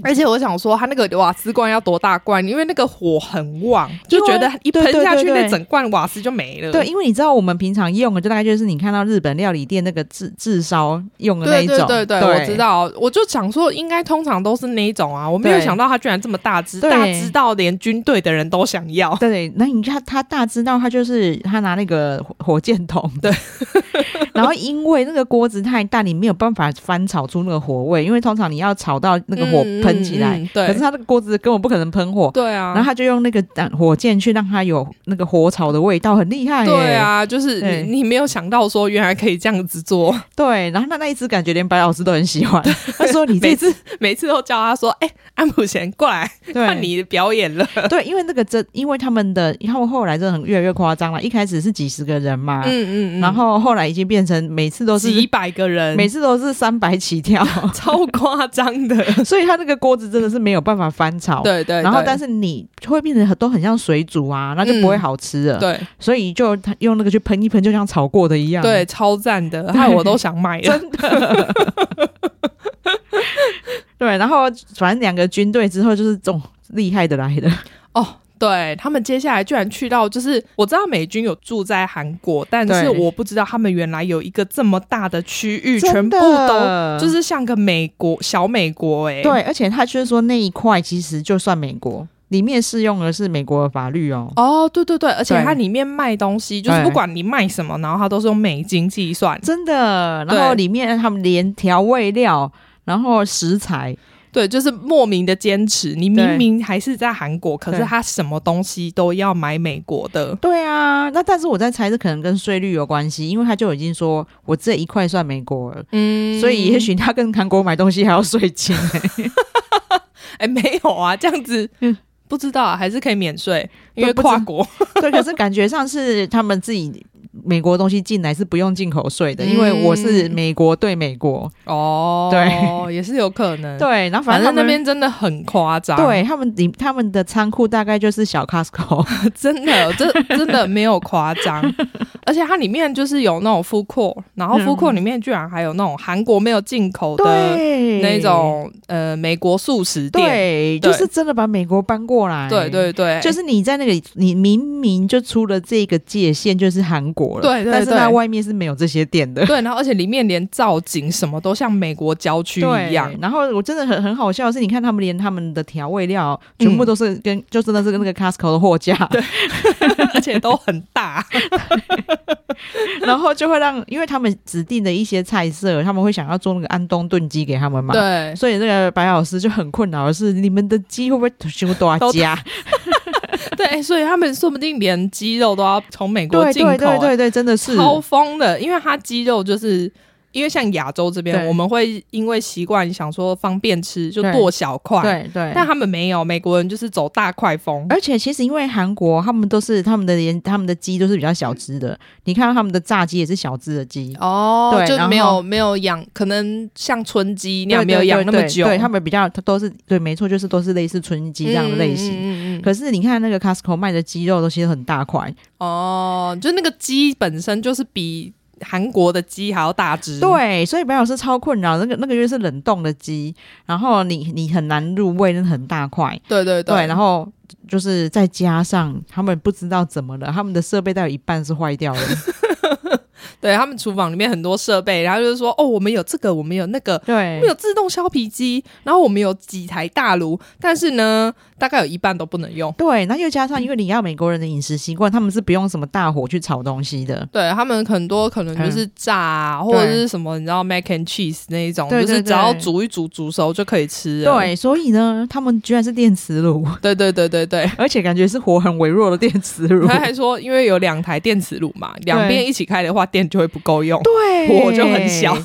A: 而且我想说，它那个瓦斯罐要多大罐？因为那个火很旺，就觉得一
B: 对
A: 喷
B: 对
A: 下去，
B: 对对
A: 那整罐瓦斯就没了。
B: 对，对，因为你知道我们平常用的，就大概就是你看到日本料理店那个炙炙烧用的那
A: 对
B: 一种
A: 对，对对，我知。道，我就想说，应该通常都是那一种啊，我没有
B: 对
A: 想到它居然这么大只，
B: 对
A: 大只到连军队的人都想要。
B: 对，那你看他大知道，他就是他拿那个火火箭筒，
A: 对。
B: 然后因为那个锅子太大，你没有办法翻炒出那个火味，因为通常你要炒到那个火
A: 嗯
B: 喷起来，
A: 嗯嗯对，
B: 可是他那个锅子根本不可能喷火，
A: 对啊，
B: 然后他就用那个弹火箭去让它有那个火草的味道，很厉害、耶
A: 对，啊，就是
B: 哎对
A: 你你没有想到说原来可以这样子做，
B: 对。然后他那一只感觉连白老师都很喜欢，他说你这
A: 每
B: 只
A: 次每次都叫他说：“哎、安普贤过来看
B: 对
A: 你的表演了。
B: 对，因为那个真，因为他们的他们后来真的很越来越夸张了，一开始是几十个人嘛，
A: 嗯嗯嗯，
B: 然后后来已经变成每次都
A: 几
B: 是
A: 百个人，
B: 每次都是三百起 跳，
A: 超夸张的。
B: 所以他那个锅子真的是没有办法翻炒。。
A: 对对，
B: 然后，
A: 对
B: 但是你会变得很都很像水煮啊，那就不会
A: 嗯
B: 好吃了。
A: 对
B: 所以就他用那个去喷一喷，就像炒过的一样。
A: 对，超赞 的，害我都想买了。
B: 对，然后反正两个军队之后就是这种厉害的来的，
A: 哦。对他们接下来居然去到，就是我知道美军有住在韩国，但是
B: 对
A: 我不知道他们原来有一个这么大的区域，
B: 真
A: 全部都
B: 的
A: 就是像个美国小美国哎、欸，
B: 对，而且他就是说那一块其实就算美国里面适用的是美国的法律哦。
A: 哦，对对对，而且
B: 对
A: 它里面卖东西，就是
B: 对嗯
A: 不管你卖什么，然后它都是用美金计算。
B: 真的，
A: 对
B: 然后里面他们连调味料，然后食材，
A: 对，就是莫名的坚持。你
B: 对
A: 明明还是在韩国，可是
B: 对
A: 它什么东西都要买美国的。
B: 对啊，那但是我在猜，这可能跟税率有关系，因为他就已经说我这一块算美国了，
A: 嗯
B: 所以也许他跟韩国买东西还要税 金、
A: 哎没有啊，这样子
B: 嗯
A: 不知道啊，还是可以免税，因为
B: 都不知
A: 跨国。
B: 对，可是感觉上是他们自己美国东西进来是不用进口税的，因为我是美国对美国，
A: 哦，
B: 对，
A: 也是有可能。，
B: 对，然后
A: 反
B: 正他
A: 正那
B: 们。
A: 边真的很夸张。，
B: 对他们里他们的仓库大概就是小 Costco，
A: 真的，这真的没有夸 张，而且它里面就是有那种 food court，然后 food court 里面居然还有那种韩国没有进口的
B: 嗯对
A: 那种呃美国素食店，
B: 对，
A: 对
B: 就是真的把美国搬过来，
A: 对对对，
B: 就是你在那个里，你明明就出了这个界限，就是韩国了，
A: 对对
B: 但是
A: 对
B: 它外面是没有这些店的。
A: 对，然后而且里面连造景什么都像美国郊区
B: 对
A: 一样，，
B: 然后我真的很很好笑的是，你看他们连他们的调味料全部都是跟、就真的是跟那个 Costco 的货架，对，
A: 而且都很大，
B: 然后就会让，因为他们指定的一些菜色，他们会想要做那个安东炖鸡给他们嘛，
A: 对，
B: 所以那个白老师就很困扰的是，你们的鸡会不会修多
A: 都
B: 家？
A: 对，所以他们说不定连鸡肉都要从美国
B: 对
A: 进
B: 对对
A: 口、
B: 对对，真的是
A: 超疯的，因为它鸡肉就是。因为像亚洲这边，
B: 对
A: 我们会因为习惯想说方便吃，就
B: 对
A: 剁小块。
B: 对哎对。
A: 但他们没有，美国人就是走大块风。
B: 而且其实因为韩国他们都是他们的连他们的鸡都是比较小只的，你看到他们的炸鸡也是小只的鸡。
A: 哦
B: 对
A: 就
B: 然后
A: 没有没有养，可能像春鸡
B: 对
A: 那样没有
B: 对
A: 养
B: 对
A: 那么
B: 对
A: 久。
B: 对他们比较，它都是对，没错，就是都是类似春鸡这样的类型。
A: 嗯嗯嗯嗯嗯
B: 可是你看那个 Costco 卖的鸡肉都其实很大块，
A: 哦，就那个鸡本身就是比韩国的鸡还要大只。
B: 对，所以白老师超困扰。那个那个就是冷冻的鸡，然后你你很难入味，那很大块。
A: 对对
B: 对，然后就是再加上他们不知道怎么了，他们的设备大概有一半是坏 掉的。
A: 对他们厨房里面很多设备，然后就是说哦，我们有这个，我们有那个，我
B: 对
A: 们有自动削皮机，然后我们有几台大炉，但是呢，大概有一半都不能用。
B: 对，那又加
A: 嗯
B: 上因为你要美国人的饮食习惯，他们是不用什么大火去炒东西的。
A: 对他们很多可能就是炸、啊或者是什么，你知道 mac and cheese 那一种，
B: 对对
A: 就是
B: 对
A: 只要煮一煮煮熟就可以吃了。
B: 对，所以呢，他们居然是电磁炉，
A: 对对对对对。
B: 而且感觉是火很微弱的电磁炉。
A: 他还说，因为有两台电磁炉嘛，两边一起开的话，电就会不够用，
B: 对
A: 火就很小。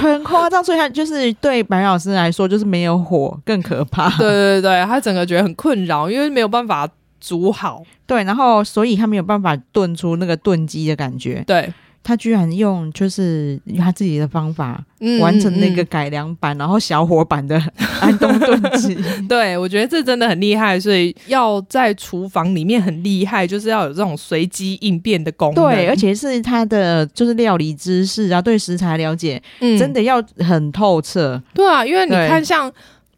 B: 很夸张。所以他就是对白老师来说，就是没有火更可怕。
A: 对对对，他整个觉得很困扰，因为没有办法煮好。
B: 对，然后所以他没有办法炖出那个炖鸡的感觉，
A: 对，
B: 他居然用就是他自己的方法
A: 嗯
B: 完成那个
A: 嗯
B: 改良版，然后小火版的 安东炖 鸡。
A: 嗯对，我觉得这真的很厉害，所以要在厨房里面很厉害，就是要有这种随机应变的功能。
B: 对，而且是他的就是料理知识啊，对食材了解、
A: 嗯
B: 真的要很透彻。
A: 对啊，因为你
B: 对
A: 看像。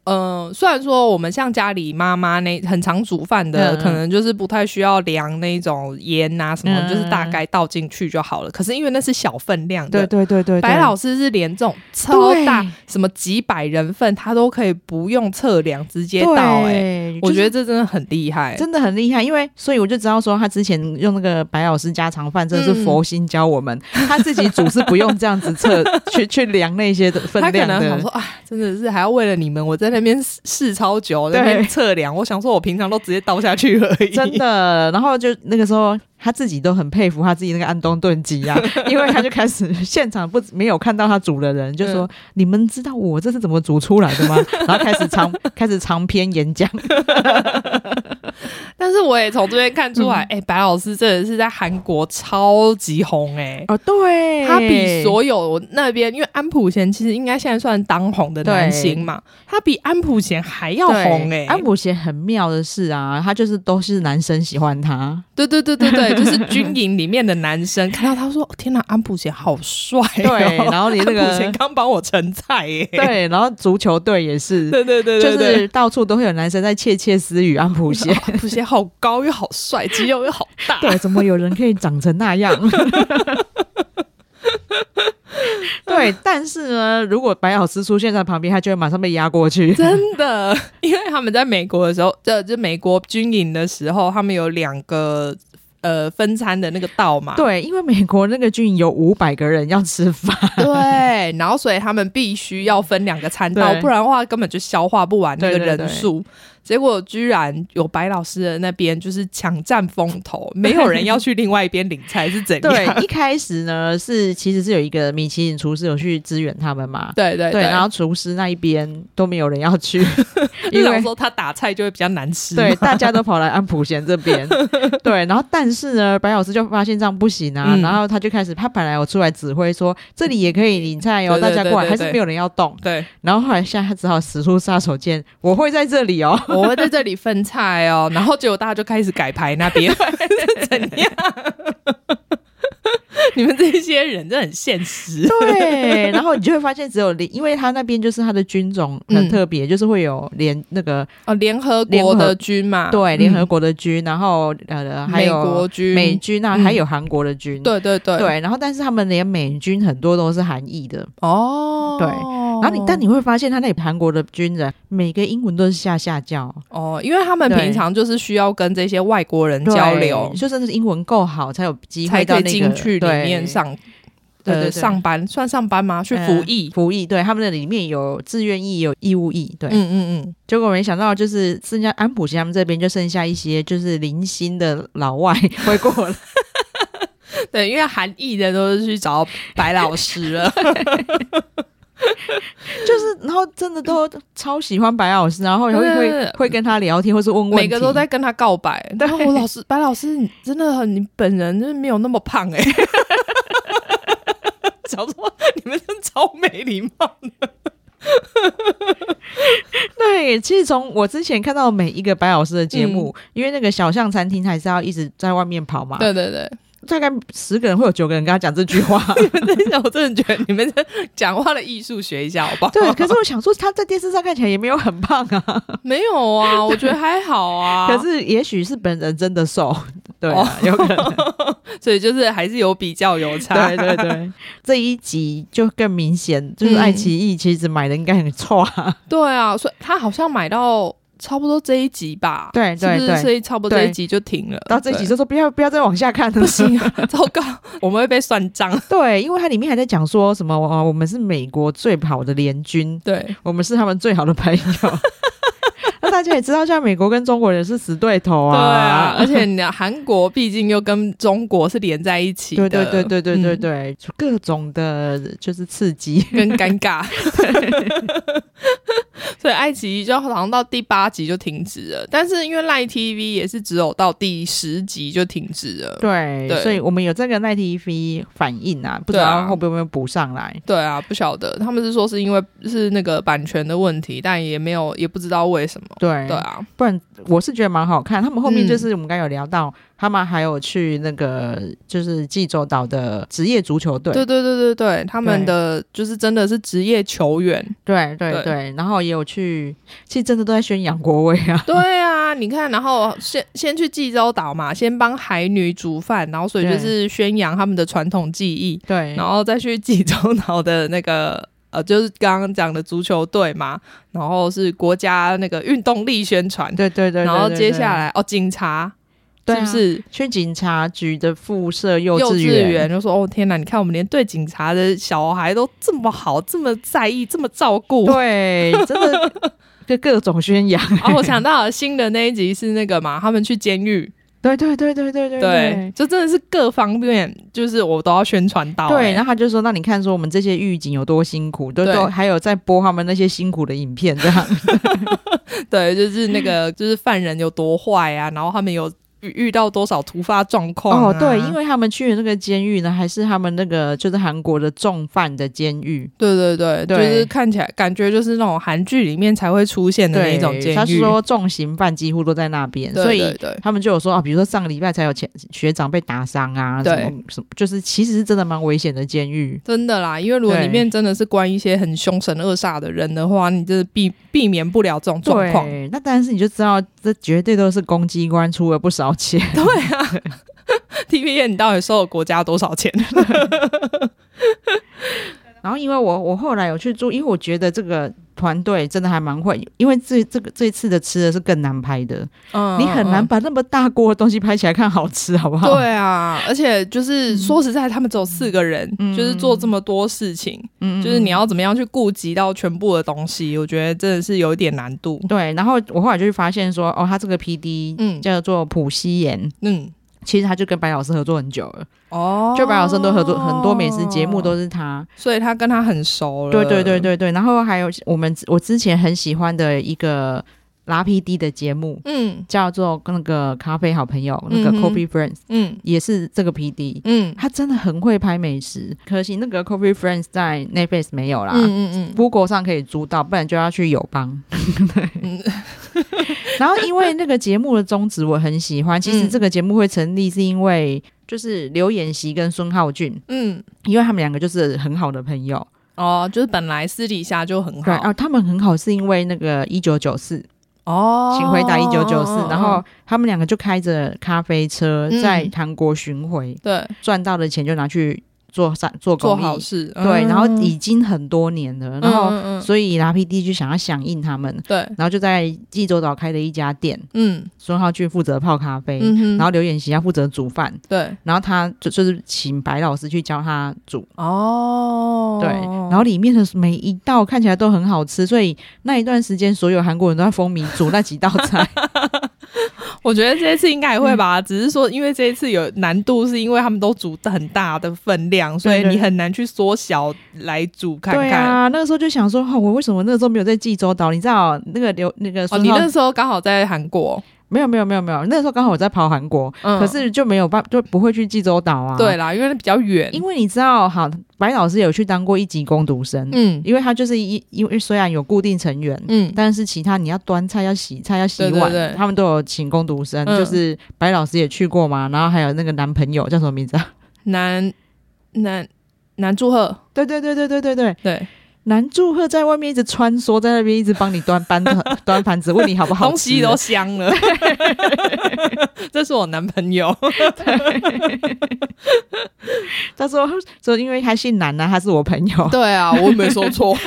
A: 呃，虽然说我们像家里妈妈那很常煮饭的，
B: 嗯嗯
A: 可能就是不太需要量那种盐啊什么，
B: 嗯嗯嗯
A: 就是大概倒进去就好了。可是因为那是小分量的，
B: 对对对对，
A: 白
B: 对
A: 老师是连这种超大
B: 对
A: 什么几百人份，他都可以不用测量直接倒、哎，
B: 对就
A: 我
B: 是
A: 觉得这真的很厉害。
B: 真的很厉害，因为所以我就知道说，他之前用那个白老师家常饭，真的是佛心教我们，他自己煮是不用这样子 测去去量那些的分
A: 他可
B: 量
A: 能想说
B: 的。
A: 啊，真的是还要为了你们，我在那边试试超久，在那边
B: 对
A: 测量。我想说，我平常都直接倒下去而已。
B: 真的，然后就那个时候他自己都很佩服他自己那个安东炖鸡 啊，因为他就开始现场不没有看到他煮的人，就说、你们知道我这是怎么煮出来的吗？ 然后开始长开始长篇演讲，
A: 但是我也从这边看出来，哎、白老师真的是在韩国超级红哎、
B: 哦，对
A: 他比所有我那边，因为安普贤其实应该现在算当红的男星嘛，他比安普贤还要
B: 对
A: 红哎、
B: 安普贤很妙的是啊，他就是都是男生喜欢他，
A: 对对对对 对，就是军营里面的男生看到他说：“哦天哪，安普贤好帅、哦！”
B: 对然后连那个
A: 安普贤刚帮我盛菜耶、
B: 对，然后足球队也是，
A: 对对对
B: 就
A: 对对，
B: 是到处都会有男生在窃窃私语安普贤。
A: 安普贤好高又好帅，肌肉又好大。
B: 对，怎么有人可以长成那 样？对，但是呢，如果白老师出现在旁边，他就会马上被压过去。
A: 真的，因为他们在美国的时候，这就美国军营的时候，他们有两个呃分餐的那个道嘛，
B: 对，因为美国那个军营有五百个人要吃饭，
A: 对，然后所以他们必须要分两个餐道，
B: 对
A: 不然的话根本就消化不完那个
B: 对对对
A: 人数。结果居然有白老师的那边就是抢占风头，没有人要去另外一边领菜是怎
B: 对
A: 样？，
B: 一开始呢是其实是有一个米其林厨师有去支援他们嘛，
A: 对对
B: 对，然后厨师那一边都没有人要 去，
A: 因
B: 因
A: 为
B: 为
A: 说他打菜就会比较难吃嘛，
B: 对，大家都跑来安普贤这 边。对，然后但是呢，白老师就发现这样不行啊，
A: 嗯
B: 然后他就开始，他本来有出来指挥说这里也可以领菜哦，
A: 对对
B: 大
A: 对
B: 家过来，
A: 对
B: 还
A: 对
B: 是没有人要动。
A: 对，
B: 然后后来现在他只好使出杀手锏，我会在这里哦。
A: 我会在这里分菜哦，然后结果大家就开始改牌那边， 是怎样？ 你们这些人真的很现实。
B: 对， 然后你就会发现只有联，因为他那边就是他的军种很
A: 嗯
B: 特别，就是会有联那个
A: 哦，联合
B: 联
A: 国
B: 合
A: 的军嘛，
B: 对联合
A: 嗯、
B: 国的军，然后呃还
A: 美
B: 有
A: 国军、
B: 美军啊，
A: 嗯
B: 还有韩国的军。
A: 对对对，
B: 对，然后但是他们连美军很多都是韩裔的，
A: 哦，
B: 对然后你，但你会发现，他那里韩国的军人每个英文都是下下教
A: 哦，因为他们
B: 对
A: 平常就是需要跟这些外国人交流
B: 对，就真的是英文够好才有机
A: 才
B: 会到
A: 可以
B: 那个
A: 进去里面。上
B: 对对
A: 呃
B: 对
A: 上班，算上班吗？去
B: 对
A: 服役
B: 嗯，服役，对他们那里面有志愿役，有义务役，对。
A: 嗯嗯嗯，
B: 结果没想到，就是剩下安普贤他们这边就剩下一些就是零星的老 外会过来，
A: 对，因为韩裔的都是去找白老师 了，
B: 就是然后真的都超喜欢白老师，然后也会
A: 对对
B: 会
A: 对
B: 会跟他聊天，或是问问题，
A: 每个都在跟他告白。
B: 对
A: 然后我老师白老师，你真的很，你本人就是没有那么胖哎、欸。 想说你们真超没礼貌，
B: 对，其实从我之前看到每一个白老师的节
A: 嗯
B: 目，因为那个小巷餐厅还是要一直在外面跑嘛，
A: 对对对，
B: 大概十个人会有九个人跟他讲这句话。
A: 真的，我真的觉得你们这讲话的艺术学一下 好不 好？
B: 对，可是我想说，他在电视上看起来也没有很胖啊，
A: 没有啊，我觉得还好 啊。
B: 可是也许是本人真的瘦， 对啊、有可 能，
A: 所以就是还是有比较有差。
B: 对对 对，这一集就更明显，就是
A: 嗯
B: 爱奇艺其实买的应该很错啊，
A: 对啊，所以他好像买到差不多这一集吧？
B: 对对
A: 是不是
B: 对
A: 所以差不多这一集就停了。
B: 到这一集
A: 对
B: 就说不要不要再往下看了，
A: 不行、啊， 糟糕，我们会被算账。
B: 对，因为它里面还在讲说什么，哦我们是美国最好的联军，
A: 对，
B: 我们是他们最好的朋友。 那大家也知道，像美国跟中国人是死对头
A: 对啊
B: 啊，，
A: 而且你的韩国毕竟又跟中国是连在一起
B: 对
A: 的，
B: 对对对对对
A: 嗯
B: 对，就各种的就是刺激。
A: 跟尴尬。 所以爱奇艺就好像到第八集就停止了，但是因为赖 TV 也是只有到第十集就停止了。
B: 对，
A: 呃对
B: 所以我们有这个奈 TV 反应啊，不知
A: 对啊
B: 道会不会补上来。
A: 对啊，不晓得，他们是说是因为是那个版权的问题，但也没有也不知道为什么。
B: 对，
A: 对啊，
B: 不然我是觉得蛮好看。他们后面
A: 嗯
B: 就是我们刚刚有聊到，他们还有去那个就是济州岛的职业足球队，
A: 对对对对对，他们的就是真的是职业球 员，
B: 对对
A: 对
B: 对，然后也有去，其实真的都在宣扬国威啊，
A: 对啊，你看，然后先先去济州岛嘛，先帮海女煮饭，然后所以就
B: 对
A: 是宣扬他们的传统技艺，
B: 对，
A: 然后再去济州岛的那个呃，就是刚刚讲的足球队嘛，然后是国家那个运动力宣传，
B: 对对对，
A: 然后
B: 对
A: 接下。
B: 对
A: 来哦，警察
B: 对
A: 是
B: 啊
A: 不是？
B: 去警察局的附设幼
A: 幼
B: 稚
A: 稚
B: 园，
A: 园就说：“哦天哪，你看我们连对警察的小孩都这么好，这么在意，这么照顾。”
B: 对，真的 就各种宣扬。
A: 啊，我想到了新的那一集是那个嘛，他们去监狱，
B: 对对对对对对
A: 对，就真的是各方面，就是我都要宣传到、
B: 对，
A: 欸
B: 然后他就说：“那你看，说我们这些狱警有多辛苦，都
A: 对
B: 都还有在播他们那些辛苦的影片，这 样
A: 对，就是那个 就是犯人有多坏啊，然后他们有遇遇到多少突发状况、啊、
B: 哦，对，因为他们去的那个监狱呢，还是他们那个就是韩国的重犯的监狱，
A: 对对对，
B: 对
A: 就是看起来感觉就是那种韩剧里面才会出现的那
B: 对，
A: 一种监狱。
B: 他是说重刑犯几乎都在那边，
A: 对，
B: 所
A: 对
B: 以
A: 对
B: 他们就有说啊，比如说上个礼拜才有前学长被打伤啊，
A: 对
B: 什么什么，就是其实是真的蛮危险的监狱，
A: 真的啦，因为如果
B: 对
A: 里面真的是关一些很凶神恶煞的人的话，你就是避避免不了这种状况。
B: 对，那但是你就知道，这绝对都是公机关出了不少钱。
A: 对啊 t v a 你到底收了国家多少钱？
B: 然后因为我我后来有去住，因为我觉得这个团队真的还蛮会，因为这这个这次的吃的是更难拍的，
A: 嗯
B: 你很难把那么大锅的东西拍起来看好吃，好不 好？，
A: 对啊，而且就是说实在，他们只有四个人，
B: 嗯
A: 就是做这么多事情，
B: 嗯
A: 就是你。要怎么样去顾及到全部的东西，我觉得真的是有一点难度。
B: 嗯对，然后我后来就发现说，哦，他这个 P D
A: 嗯
B: 叫做普希妍，
A: 嗯，
B: 其实他就跟白老师合作很久了，
A: 哦
B: 就白老师都合作很多美食节目，都是他。
A: 所以他跟他很熟了。
B: 对对对，对对，然后还有我们我之前很喜欢的一个拉 PD 的节目，
A: 嗯
B: 叫做那个咖啡好朋友，那个
A: 嗯哼
B: Coffee Friends，、
A: 嗯
B: 也是这个 PD，
A: 嗯
B: 他真的很会拍美食。可惜那个 Coffee Friends 在 Netflix 没有啦。
A: 嗯嗯
B: Google 上可以租到，不然就要去友邦。
A: 嗯
B: 然后，因为那个节目的宗旨我很喜欢，其实
A: 嗯
B: 这个节目会成立是因为就是刘演熙跟孙浩俊，
A: 嗯，
B: 因为他们两个就是很好的朋友。
A: 哦，就是本来私底下就很
B: 对
A: 好
B: 啊，他们很好是因为那个一九九四，
A: 哦，
B: 请回答一九九四
A: 哦。
B: 然后他们两个就开着咖啡车
A: 嗯
B: 在韩国巡回，
A: 对
B: 赚到的钱就拿去做善做
A: 做
B: 公
A: 好
B: 益。
A: 事，
B: 对，
A: 嗯
B: 然后已经很多年了，然后
A: 嗯嗯嗯
B: 所以拉 PD 就想要响应他们，
A: 对，
B: 然后就在济州岛开了一家店，
A: 嗯
B: 孙浩俊负责泡咖啡，
A: 嗯哼，
B: 然后刘演熙要负责煮饭，
A: 对
B: 然后他就就是请白老师去教他煮。
A: 哦，
B: 对，然后里面的每一道看起来都很好吃，所以那一段时间所有韩国人都在风靡煮那几道 菜。
A: 我觉得这一次应该也
B: 嗯
A: 会吧，只是说因为这一次有难度，是因为他们都煮很大的分量，所
B: 对
A: 以
B: 对
A: 你很难去缩小来煮看
B: 对
A: 看。
B: 啊，那个时候就想说，哦，我为什么那个时候没有在济州岛？你知道那个刘那个
A: 哦，
B: 孙
A: 你
B: 浩、
A: 那时候刚好在韩国，
B: 没有没有没有没有，那个时候刚好我在跑韩国，
A: 嗯
B: 可是就没有办就不会去济州岛啊。
A: 对，啦，因为比较远，
B: 因为你知道，好，白老师有去当过一级攻读生，
A: 嗯
B: 因为他就是一因为虽然有固定成员。
A: 嗯，
B: 但是其他你要端菜、要洗菜、要洗碗，
A: 对对对
B: 他们都有请工读生，
A: 嗯
B: 就是白老师也去过嘛，然后还有那个男朋友叫什么名字啊？
A: 南南南祝贺，
B: 对对对对对对对，
A: 对，
B: 男祝贺在外面一直穿梭，在那边一直帮你端搬端盘子， 问你好不好吃
A: 东西都香 了。这是我男朋友，
B: 他说说因为他姓南啊，他是我朋友。
A: 对啊，我没说错，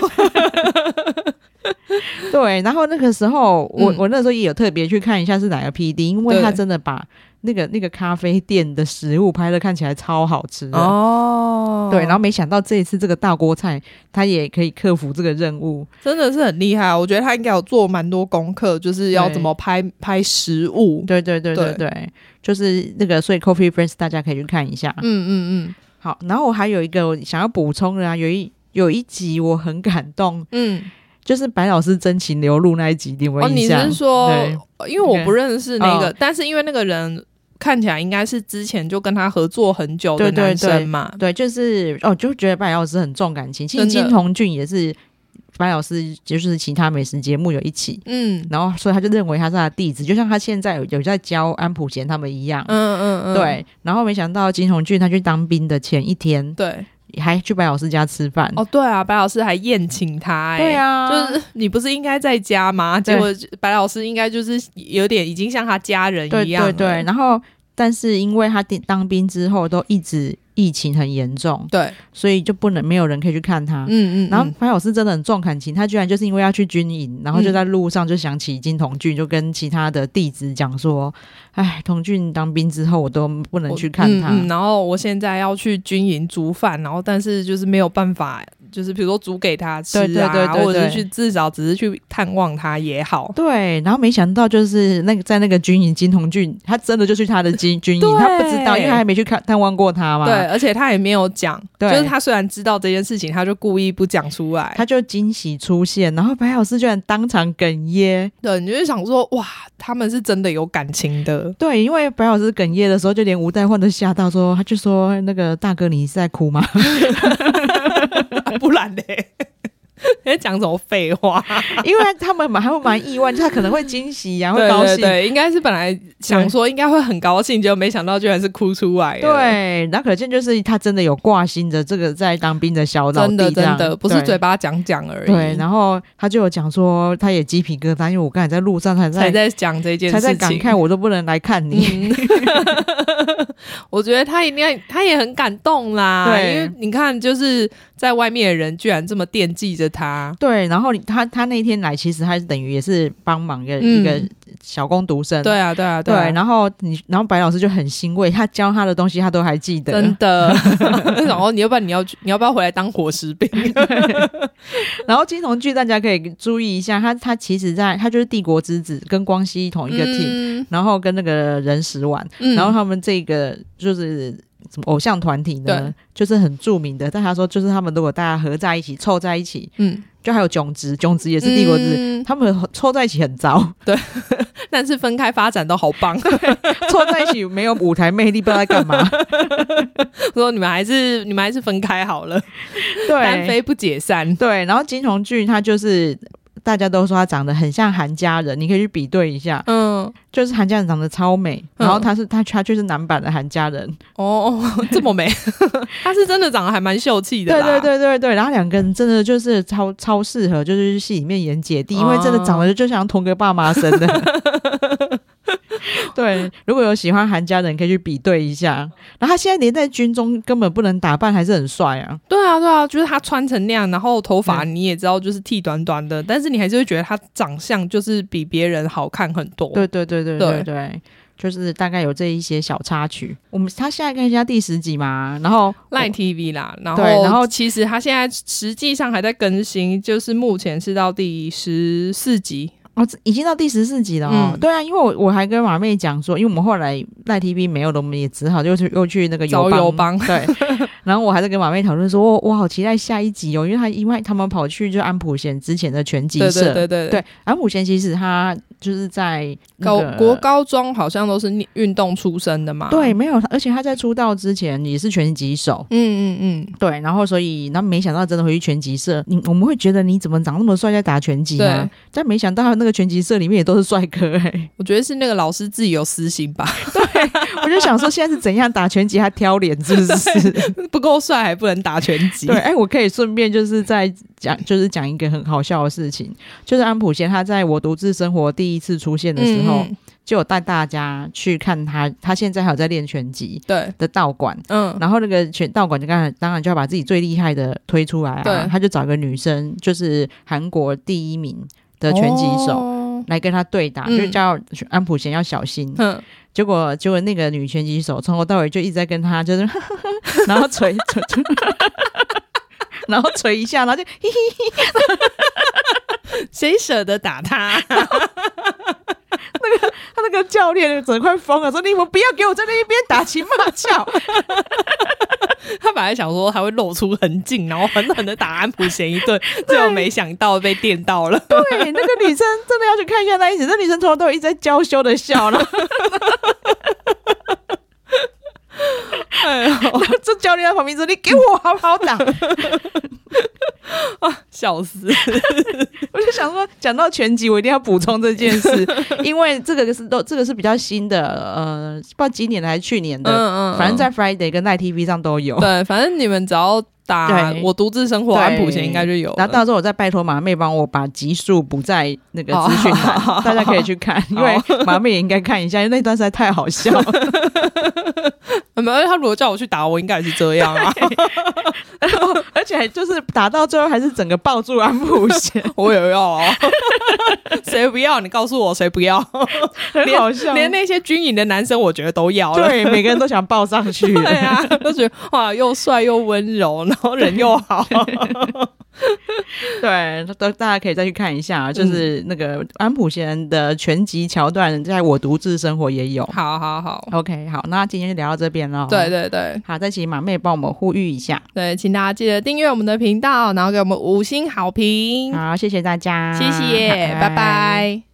B: 对，然后那个时候我、
A: 嗯
B: 我那时候也有特别去看一下是哪个 P D，因为
A: 对
B: 他真的把那个那个咖啡店的食物拍的看起来超好吃的。
A: 哦
B: 对，然后没想到这一次这个大锅菜，他也可以克服这个任务。
A: 真的是很厉害啊，我觉得他应该有做蛮多功课，就是要
B: 对
A: 怎么拍拍食物。
B: 对对对对对，就是那个，所以 Coffee Friends 大家可以去看一下。
A: 嗯嗯
B: 好，然后我还有一个我想要补充的啊，有一有一集我很感动，
A: 嗯
B: 就是白老师真情流露那一集，你有
A: 嗯，
B: 没
A: 哦，
B: 有
A: 你
B: 印
A: 是
B: 象？
A: 说
B: 对，
A: 因为我不认识那个，
B: 哦
A: 但是因为那个人看起来应该是之前就跟他合作很久的
B: 对对
A: 男生嘛，
B: 对，就是哦，就觉得白老师很重感情。其实
A: 嗯真的
B: 金童俊也是白老师就是其他美食节目有一起，
A: 嗯
B: 然后所以他就认为他是他的弟子，就像他现在有有在教安普贤他们一样。
A: 嗯嗯嗯，
B: 对，然后没想到金红俊他去当兵的前一天，
A: 对，
B: 还去白老师家吃饭。
A: 哦对啊，白老师还宴请他、欸，
B: 对啊，
A: 就是你不是应该在家吗？
B: 对
A: 结果白老师应该就是有点已经像他家人
B: 对
A: 一样了，欸
B: 对对。然后，但是因为他当当兵之后都一直疫情很严重，
A: 对，
B: 所以就不能没有人可以去看他。
A: 嗯嗯，
B: 然后
A: 嗯
B: 白老师真的很重感情，他居然就是因为要去军营，然后就
A: 嗯
B: 在路上就想起金童俊，就跟其他的弟子讲说：“哎，童俊当兵之后，我都不能
A: 我
B: 去看他。
A: 嗯嗯然后我现在要去军营煮饭，然后但是就是没有办法，就是比如说煮给他吃啊，
B: 对对对对对
A: 或者是去至少只是去探望他也好。
B: 对，然后没想到就是那个在那个军营，金童俊他真的就去他的军军营，他不知道，因为他还没去看探望过他嘛。
A: 对，，而且他也没有讲，就
B: 对
A: 是他虽然知道这件事情，他就故意不讲出来。
B: 他就惊喜出现，然后白老师居然当场哽咽。
A: 对，你就会想说，哇，他们是真的有感 情的。
B: 对，因为白老师哽咽的时候，就连吴代焕都吓到说他就说那个大哥你是在哭吗？
A: 不然嘞，你在讲什么废话？
B: 因为他们蛮还会蛮意外，就他可能会惊喜呀、会
A: 对
B: 高
A: 对
B: 兴。
A: 对，应该是本来想说应该会很高兴，结果没想到居然是哭出来了。
B: 对，那可见就是他真的有挂心着这个在当兵的小老弟
A: 真的
B: 这样
A: 真的不是
B: 对
A: 嘴巴讲讲而已。
B: 对，然后他就有讲说，他也鸡皮疙瘩，因为我刚才在路上才
A: 才
B: 在
A: 在讲这件
B: 才
A: 事
B: 在
A: 情。
B: 感慨，我都不能来看你。
A: 嗯， 我觉得他一定要，他也很感动啦。
B: 对
A: 因为你看，就是在外面的人居然这么惦记着他。
B: 对，然后他他那天来，其实他等于也是帮忙的
A: 嗯
B: 一个小工读生。
A: 对啊，对啊，
B: 对，
A: 啊，
B: 然后你，然后白老师就很欣慰，他教他的东西他都还记得。
A: 真的。 然后你要不然你要去你要不要回来当伙食兵？
B: 然后金童剧大家可以注意一下，他他其实在他就是帝国之子跟光熙 同一个 team，、
A: 嗯
B: 然后跟那个任时完，
A: 嗯
B: 然后他们这个就是什么偶像团体呢
A: 对，
B: 就是很著名的。但他说，就是他们如果大家合在一起、凑在一起，
A: 嗯，
B: 就还有炯植，炯植也是帝国之子。
A: 嗯
B: 他们凑在一起很 糟，
A: 但是分开发展都好棒。
B: 凑在一起没有舞台魅力，不知道在干嘛。
A: 说你们还是你们还是分开好了，单
B: 对，
A: 飞不解散。
B: 对。然后金童俊他就是大家都说他长得很像韩家人，你可以去比对一下，
A: 嗯，
B: 就是韩家人长得超美，然后
A: 嗯
B: 他是他他就是男版的韩家人，
A: 哦，这么美， 他是真的长得还蛮秀气的
B: 对对
A: 啦。
B: 对对对，然后两个人真的就是超超适合，就是戏里面演姐
A: 哦
B: 弟，因为真的长得就像同个爸妈生 的。对，如果有喜欢韩家人，可以去比对一下。然后他现在连在军中根本不能打扮，还是很帅啊。
A: 对啊，对啊，就是他穿成那样，然后头发
B: 嗯
A: 你也知道就是剃短短的，但是你还是会觉得他长相就是比别人好看很多。
B: 对对对对
A: 哦
B: 对
A: 对
B: 对，就是大概有这一些小插曲。我们他现在看一下第十集嘛，然后
A: ，Line TV 啦，然后
B: 对然后
A: 其实他现在实际上还在更新，就是目前是到第十四集。
B: 哦，这已经到第十四集了哦。
A: 嗯
B: 对啊，因为我我还跟马妹讲说，因为我们后来赖 TV 没有了，我们也只好就去又去那个
A: 找
B: 友
A: 友邦
B: 对，然后我还在跟马妹讨论说，我我好期待下一集哦，因为他因为他们跑去就安普贤之前的拳击
A: 对
B: 社，
A: 对对对
B: 对安普贤其实他就是在、那
A: 高
B: 个
A: 国。高啊中好像都是运运动出身的嘛。
B: 对，，没有，而且他在出道之前也是拳击手，
A: 嗯嗯嗯，
B: 对，然后所以，那没想到真的回去拳击社，你我们会觉得你怎么长那么帅，在打拳击啊
A: 对？
B: 但没想到那个拳击社里面也都是帅哥哎、
A: 我觉得是那个老师自己有私心吧，
B: 我就想说，现在是怎样打拳击还挑脸，是不是？
A: 不够帅还不能打拳 击。嗯
B: 对，哎、我可以顺便就是在讲，就是讲一个很好笑的事情，就是安普贤他在我独自生活第一次出现的时候，
A: 嗯嗯
B: 就有带大家去看他，他现在还有在练拳击
A: 对，
B: 的道馆。
A: 嗯，
B: 然后那个拳道馆就刚才当然就要把自己最厉害的推出来啊
A: 对，
B: 他就找一个女生，就是韩国第一名的拳击手、
A: 哦
B: 来跟他对打，
A: 嗯
B: 就叫安普贤要小心。
A: 哼，
B: 结果结果那个女拳击手从头到尾就一直在跟他就是， 然后捶 捶，捶然后捶一下，然后就
A: 谁舍得打他？
B: 他那个教练整快疯了，说你们不要给我在那一边打情骂俏。
A: 他本来想说他会露出很劲，然后狠狠的打安普贤一 顿，结果没想到被电到了。
B: 对，那个女生真的要去看一下那一集，那女生从头到尾一直在娇羞的笑， 然后
A: 哎呦，
B: 哎 这教练在旁边说你给我好好打。
A: 笑死！
B: 我就想说，讲到拳击，我一定要补充这件事， 因为这个是都这个是比较新的，呃，不知道今年的还是去年的，
A: 嗯
B: 反正在 Friday 跟 Night TV 上都有。
A: 对，反正你们只要打
B: 对
A: 我独自生活
B: 对
A: 安普贤应该就有了。
B: 然后到时候我再拜托马妹帮我把集数补在那个资讯栏，
A: 哦
B: 大家可以去看，因为马妹也应该看一下，因为那段实在太好笑 了。
A: 呃没有，他如果叫我去打，我应该也是这样啊。
B: 而且就是打到最后还是整个抱住安普 贤，
A: 我也要 啊，谁不要？你告诉我谁不要？
B: 很好笑。
A: 连那些军营的男生，我觉得都要了。
B: 啊对每个人都想抱上去
A: 对啊，都觉得哇，又帅又温柔，然后人又 好。
B: 对，都大家可以再去看一
A: 嗯
B: 下，啊就是那个安普贤的全集桥段，在我独自生活也有。
A: 好好好，
B: OK，好，那今天就聊到这边了。
A: 对，对对
B: 好，再请马妹帮我们呼吁一下。
A: 对，请大家记得订阅我们的频道，然后给我们五星好评，
B: 好，谢谢大家，
A: 嗯谢谢，拜拜